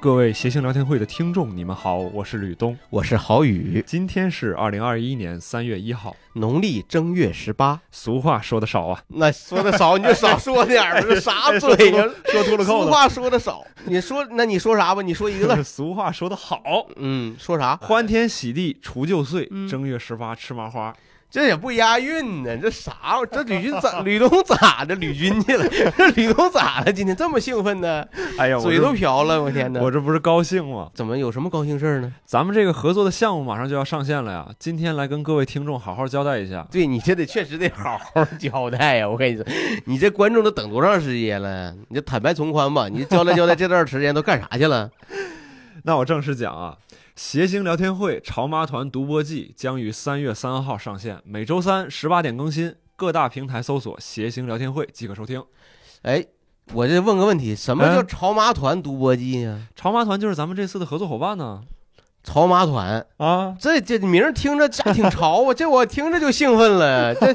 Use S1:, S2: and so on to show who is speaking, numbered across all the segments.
S1: 各位谐星聊天会的听众，你们好，我是吕东。
S2: 我是郝宇，
S1: 今天是二零二一年三月一号，
S2: 农历正月十八。
S1: 俗话说的少啊，
S2: 那说的少你就少说点儿吧， 啥
S1: 说
S2: 嘴
S1: 秃
S2: 呀？
S1: 说秃噜
S2: 俗
S1: 扣
S2: 话说的少，你说那你说啥吧？你说一个字儿
S1: 的，，俗话说的好，
S2: 嗯，说啥？
S1: 欢天喜地除旧岁，
S2: 嗯
S1: 正月十八吃麻花。
S2: 这也不押韵呢，这啥玩意儿？这吕军 咋？吕东咋的？吕军去了？这吕东咋了？今天这么兴奋呢？
S1: 哎呀，我
S2: 嘴
S1: 这
S2: 都瓢了，我天哪！
S1: 我这不是高兴吗？
S2: 怎么有什么高兴事儿呢？
S1: 咱们这个合作的项目马上就要上线了呀，今天来跟各位听众好好交代一下。
S2: 对你这得确实得好好交代啊呀、我跟你说，你这观众都等多长时间了？你就坦白从宽吧，你交代交代这段时间都干啥去了？
S1: 那我正式讲啊，谐星聊天会《潮妈团独播季》将于三月三号上线，每周三十八点更新，各大平台搜索“谐星聊天会”即可收听。
S2: 哎，我这问个问题，什么叫
S1: 嗯
S2: 潮麻团独播季呢？
S1: 潮妈团就是咱们这次的合作伙伴呢。
S2: 潮麻团，
S1: 啊，
S2: 这这名儿听着咋挺潮啊？这 我听着就兴奋了，这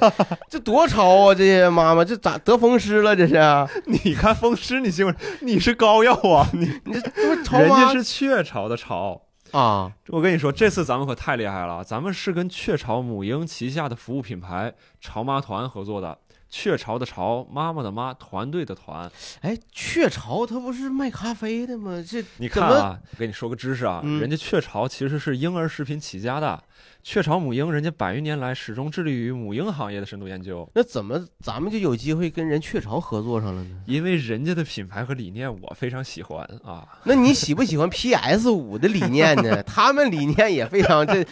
S2: 这多潮啊！这些妈妈，这咋得风湿了？这 是啊
S1: 你看风湿，你兴奋，你是膏药啊， 你
S2: 你这这不潮
S1: 人家
S2: 妈
S1: 是雀巢的巢。
S2: 啊？
S1: 我跟你说，这次咱们可太厉害了，咱们是跟雀巢母婴旗下的服务品牌潮妈团合作的。雀巢的巢，妈妈的妈，团队的团。
S2: 哎，雀巢它不是卖咖啡的吗？这
S1: 你看
S2: 怎么
S1: 啊，我跟你说个知识啊，
S2: 嗯
S1: 人家雀巢其实是婴儿食品起家的，雀巢母婴人家百余年来始终致力于母婴行业的深度研究，
S2: 那怎么咱们就有机会跟人雀巢合作上了呢？
S1: 因为人家的品牌和理念我非常喜欢啊。
S2: 那你喜不喜欢 PS 五的理念呢？他们理念也非常这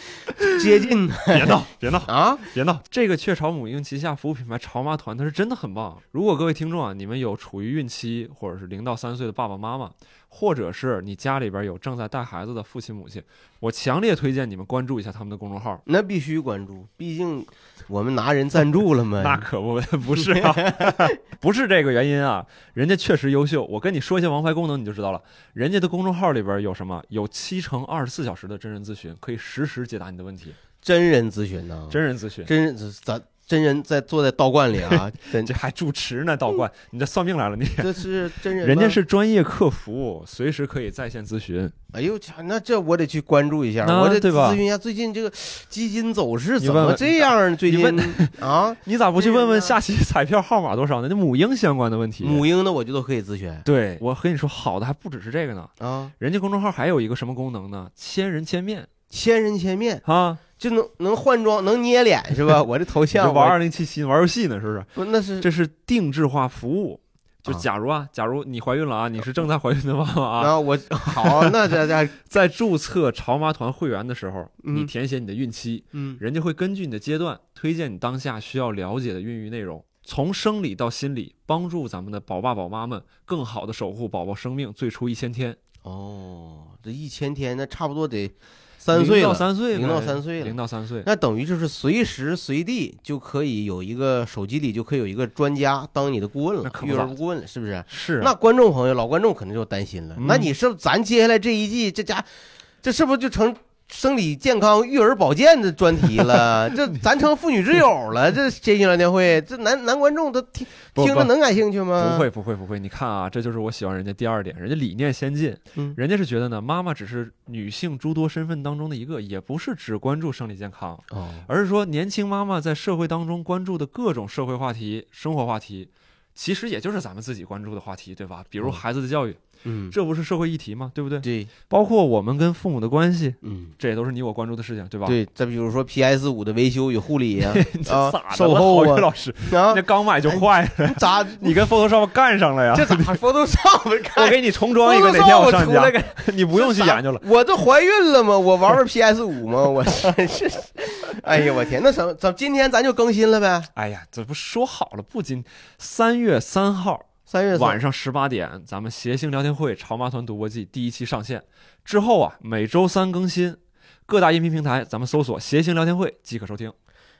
S2: 接近呢
S1: 别闹，别闹，
S2: 啊！
S1: 别闹！这个雀巢母婴旗下服务品牌潮妈团，它是真的很棒。如果各位听众啊，你们有处于孕期或者是零到三岁的爸爸妈妈，或者是你家里边有正在带孩子的父亲母亲，我强烈推荐你们关注一下他们的公众号。
S2: 那必须关注，毕竟我们拿人赞助了嘛。
S1: 那可不 不是啊，不是这个原因啊，人家确实优秀。我跟你说一些王牌功能，你就知道了。人家的公众号里边有什么？有七乘二十四小时的真人咨询，可以实时解答你的问题，
S2: 真人咨询呢？
S1: 真人咨询。
S2: 真人咱真人在坐在道观里 啊，真
S1: 这还主持呢，道观，你这算命来了你？
S2: 这是真人吗，
S1: 人家是专业客服，随时可以在线咨询。
S2: 哎呦，操那这我得去关注一下，
S1: 那
S2: 我得
S1: 啊对吧
S2: 咨询一下最近这个基金走势
S1: 你
S2: 怎
S1: 问
S2: 么
S1: 问
S2: 这样啊？最
S1: 你
S2: 近 啊，
S1: 你咋不去
S2: 这人
S1: 问问
S2: 呢
S1: 下期彩票号码多少呢？那母婴相关的问题。
S2: 母婴的我就都可以咨询
S1: 对我和你说，好的还不只是这个呢。
S2: 啊，
S1: 人家公众号还有一个什么功能呢？千人千面
S2: 千人千面
S1: 啊！
S2: 就能能换装，能捏脸是 吧？我这头
S1: 你这
S2: 像
S1: 玩
S2: 啊我
S1: 二零七七玩游戏呢，是不是？
S2: 不那是
S1: 这是定制化服务。就
S2: 啊
S1: 假如啊，假如你怀孕了啊，你是正在怀孕的妈妈
S2: 然
S1: 啊，
S2: 后我好，那这这
S1: 在注册潮妈团会员的时候，
S2: 嗯
S1: 你填写你的孕期，
S2: 嗯
S1: 人家会根据你的阶段推荐你当下需要了解的孕育内容，从生理到心理，帮助咱们的宝爸宝妈们更好的守护宝宝生命最初一千天，
S2: 哦，这一千天那差不多得三岁
S1: 零到
S2: 了。
S1: 三岁了，
S2: 零到三岁了
S1: 零到三岁。
S2: 那等于就是随时随地就可以有一个手机里就可以有一个专家当你的顾问
S1: 那
S2: 了，
S1: 可不
S2: 育
S1: 咋
S2: 儿顾问了，是不是？
S1: 是啊
S2: 那观众朋友、老观众肯定就担心了，
S1: 嗯
S2: 那你是不是咱接下来这一季这家，这是不是就成生理健康、育儿保健的专题了？这咱成妇女之友了？这谐星聊天会，这男男观众他听
S1: 不
S2: 听
S1: 不
S2: 着能感兴趣吗？
S1: 不会，不会不会，你看啊，这就是我喜欢人家第二点，人家理念先进，
S2: 嗯
S1: 人家是觉得呢，妈妈只是女性诸多身份当中的一个，也不是只关注生理健康，
S2: 哦，
S1: 而是说年轻妈妈在社会当中关注的各种社会话题、生活话题，其实也就是咱们自己关注的话题，对吧？比如
S2: 嗯
S1: 孩子的教育，
S2: 嗯，
S1: 这不是社会议题吗？对不对？
S2: 对，
S1: 包括我们跟父母的关系，
S2: 嗯。
S1: 这也都是你我关注的事情，对吧？
S2: 对，再比如说 PS 五的维修与护理呀、
S1: 你 这
S2: 啊
S1: 咋的
S2: 售
S1: 了
S2: 后
S1: 郝宇
S2: 啊
S1: 老师，
S2: 啊，哎
S1: 那刚买就坏了，
S2: 你咋
S1: 你跟 Photoshop 干上了呀？
S2: 这咋 Photoshop
S1: 啊我
S2: 看？
S1: 给你重装一个，哪天
S2: 我
S1: 上你
S2: 哎出
S1: 家，
S2: 来个，
S1: 你不用去研究了。
S2: 我这怀孕了吗？我玩玩 PS 五吗？我真是，哎呀，我天，那什么，咱今天咱就更新了呗？
S1: 哎呀，这不说好了，不仅三月三号
S2: 三月
S1: 晚
S2: 上
S1: 上十八点，咱们谐星聊天会《潮妈团独播季》第一期上线之后啊，每周三更新，各大音频平台咱们搜索“谐星聊天会”即可收听。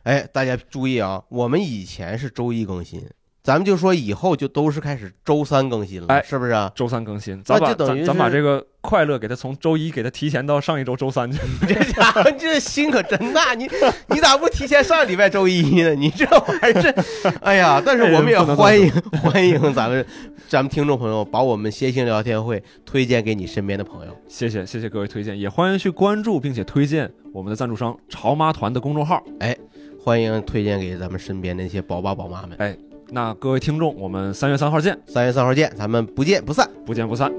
S2: 哎，大家注意啊，我们以前是周一更新，咱们就说以后就都是开始周三更新了，
S1: 哎
S2: 是不是啊？
S1: 周三更新，咱
S2: 那就
S1: 把
S2: 等于
S1: 咱咱把
S2: 是
S1: 这个快乐给它从周一给它提前到上一周周三去。
S2: 这家伙这心可真大，你你咋不提前上礼拜周一呢？你这玩意儿这，哎呀！但是我们也欢迎 欢迎咱们咱们听众朋友把我们谐星聊天会推荐给你身边的朋友。
S1: 谢谢谢谢各位推荐，也欢迎去关注并且推荐我们的赞助商潮妈团的公众号。
S2: 欢迎推荐给咱们身边那些宝爸宝妈们。
S1: 那各位听众，我们三月三号见，
S2: 三月三号见，咱们不见不散。
S1: 不见不散。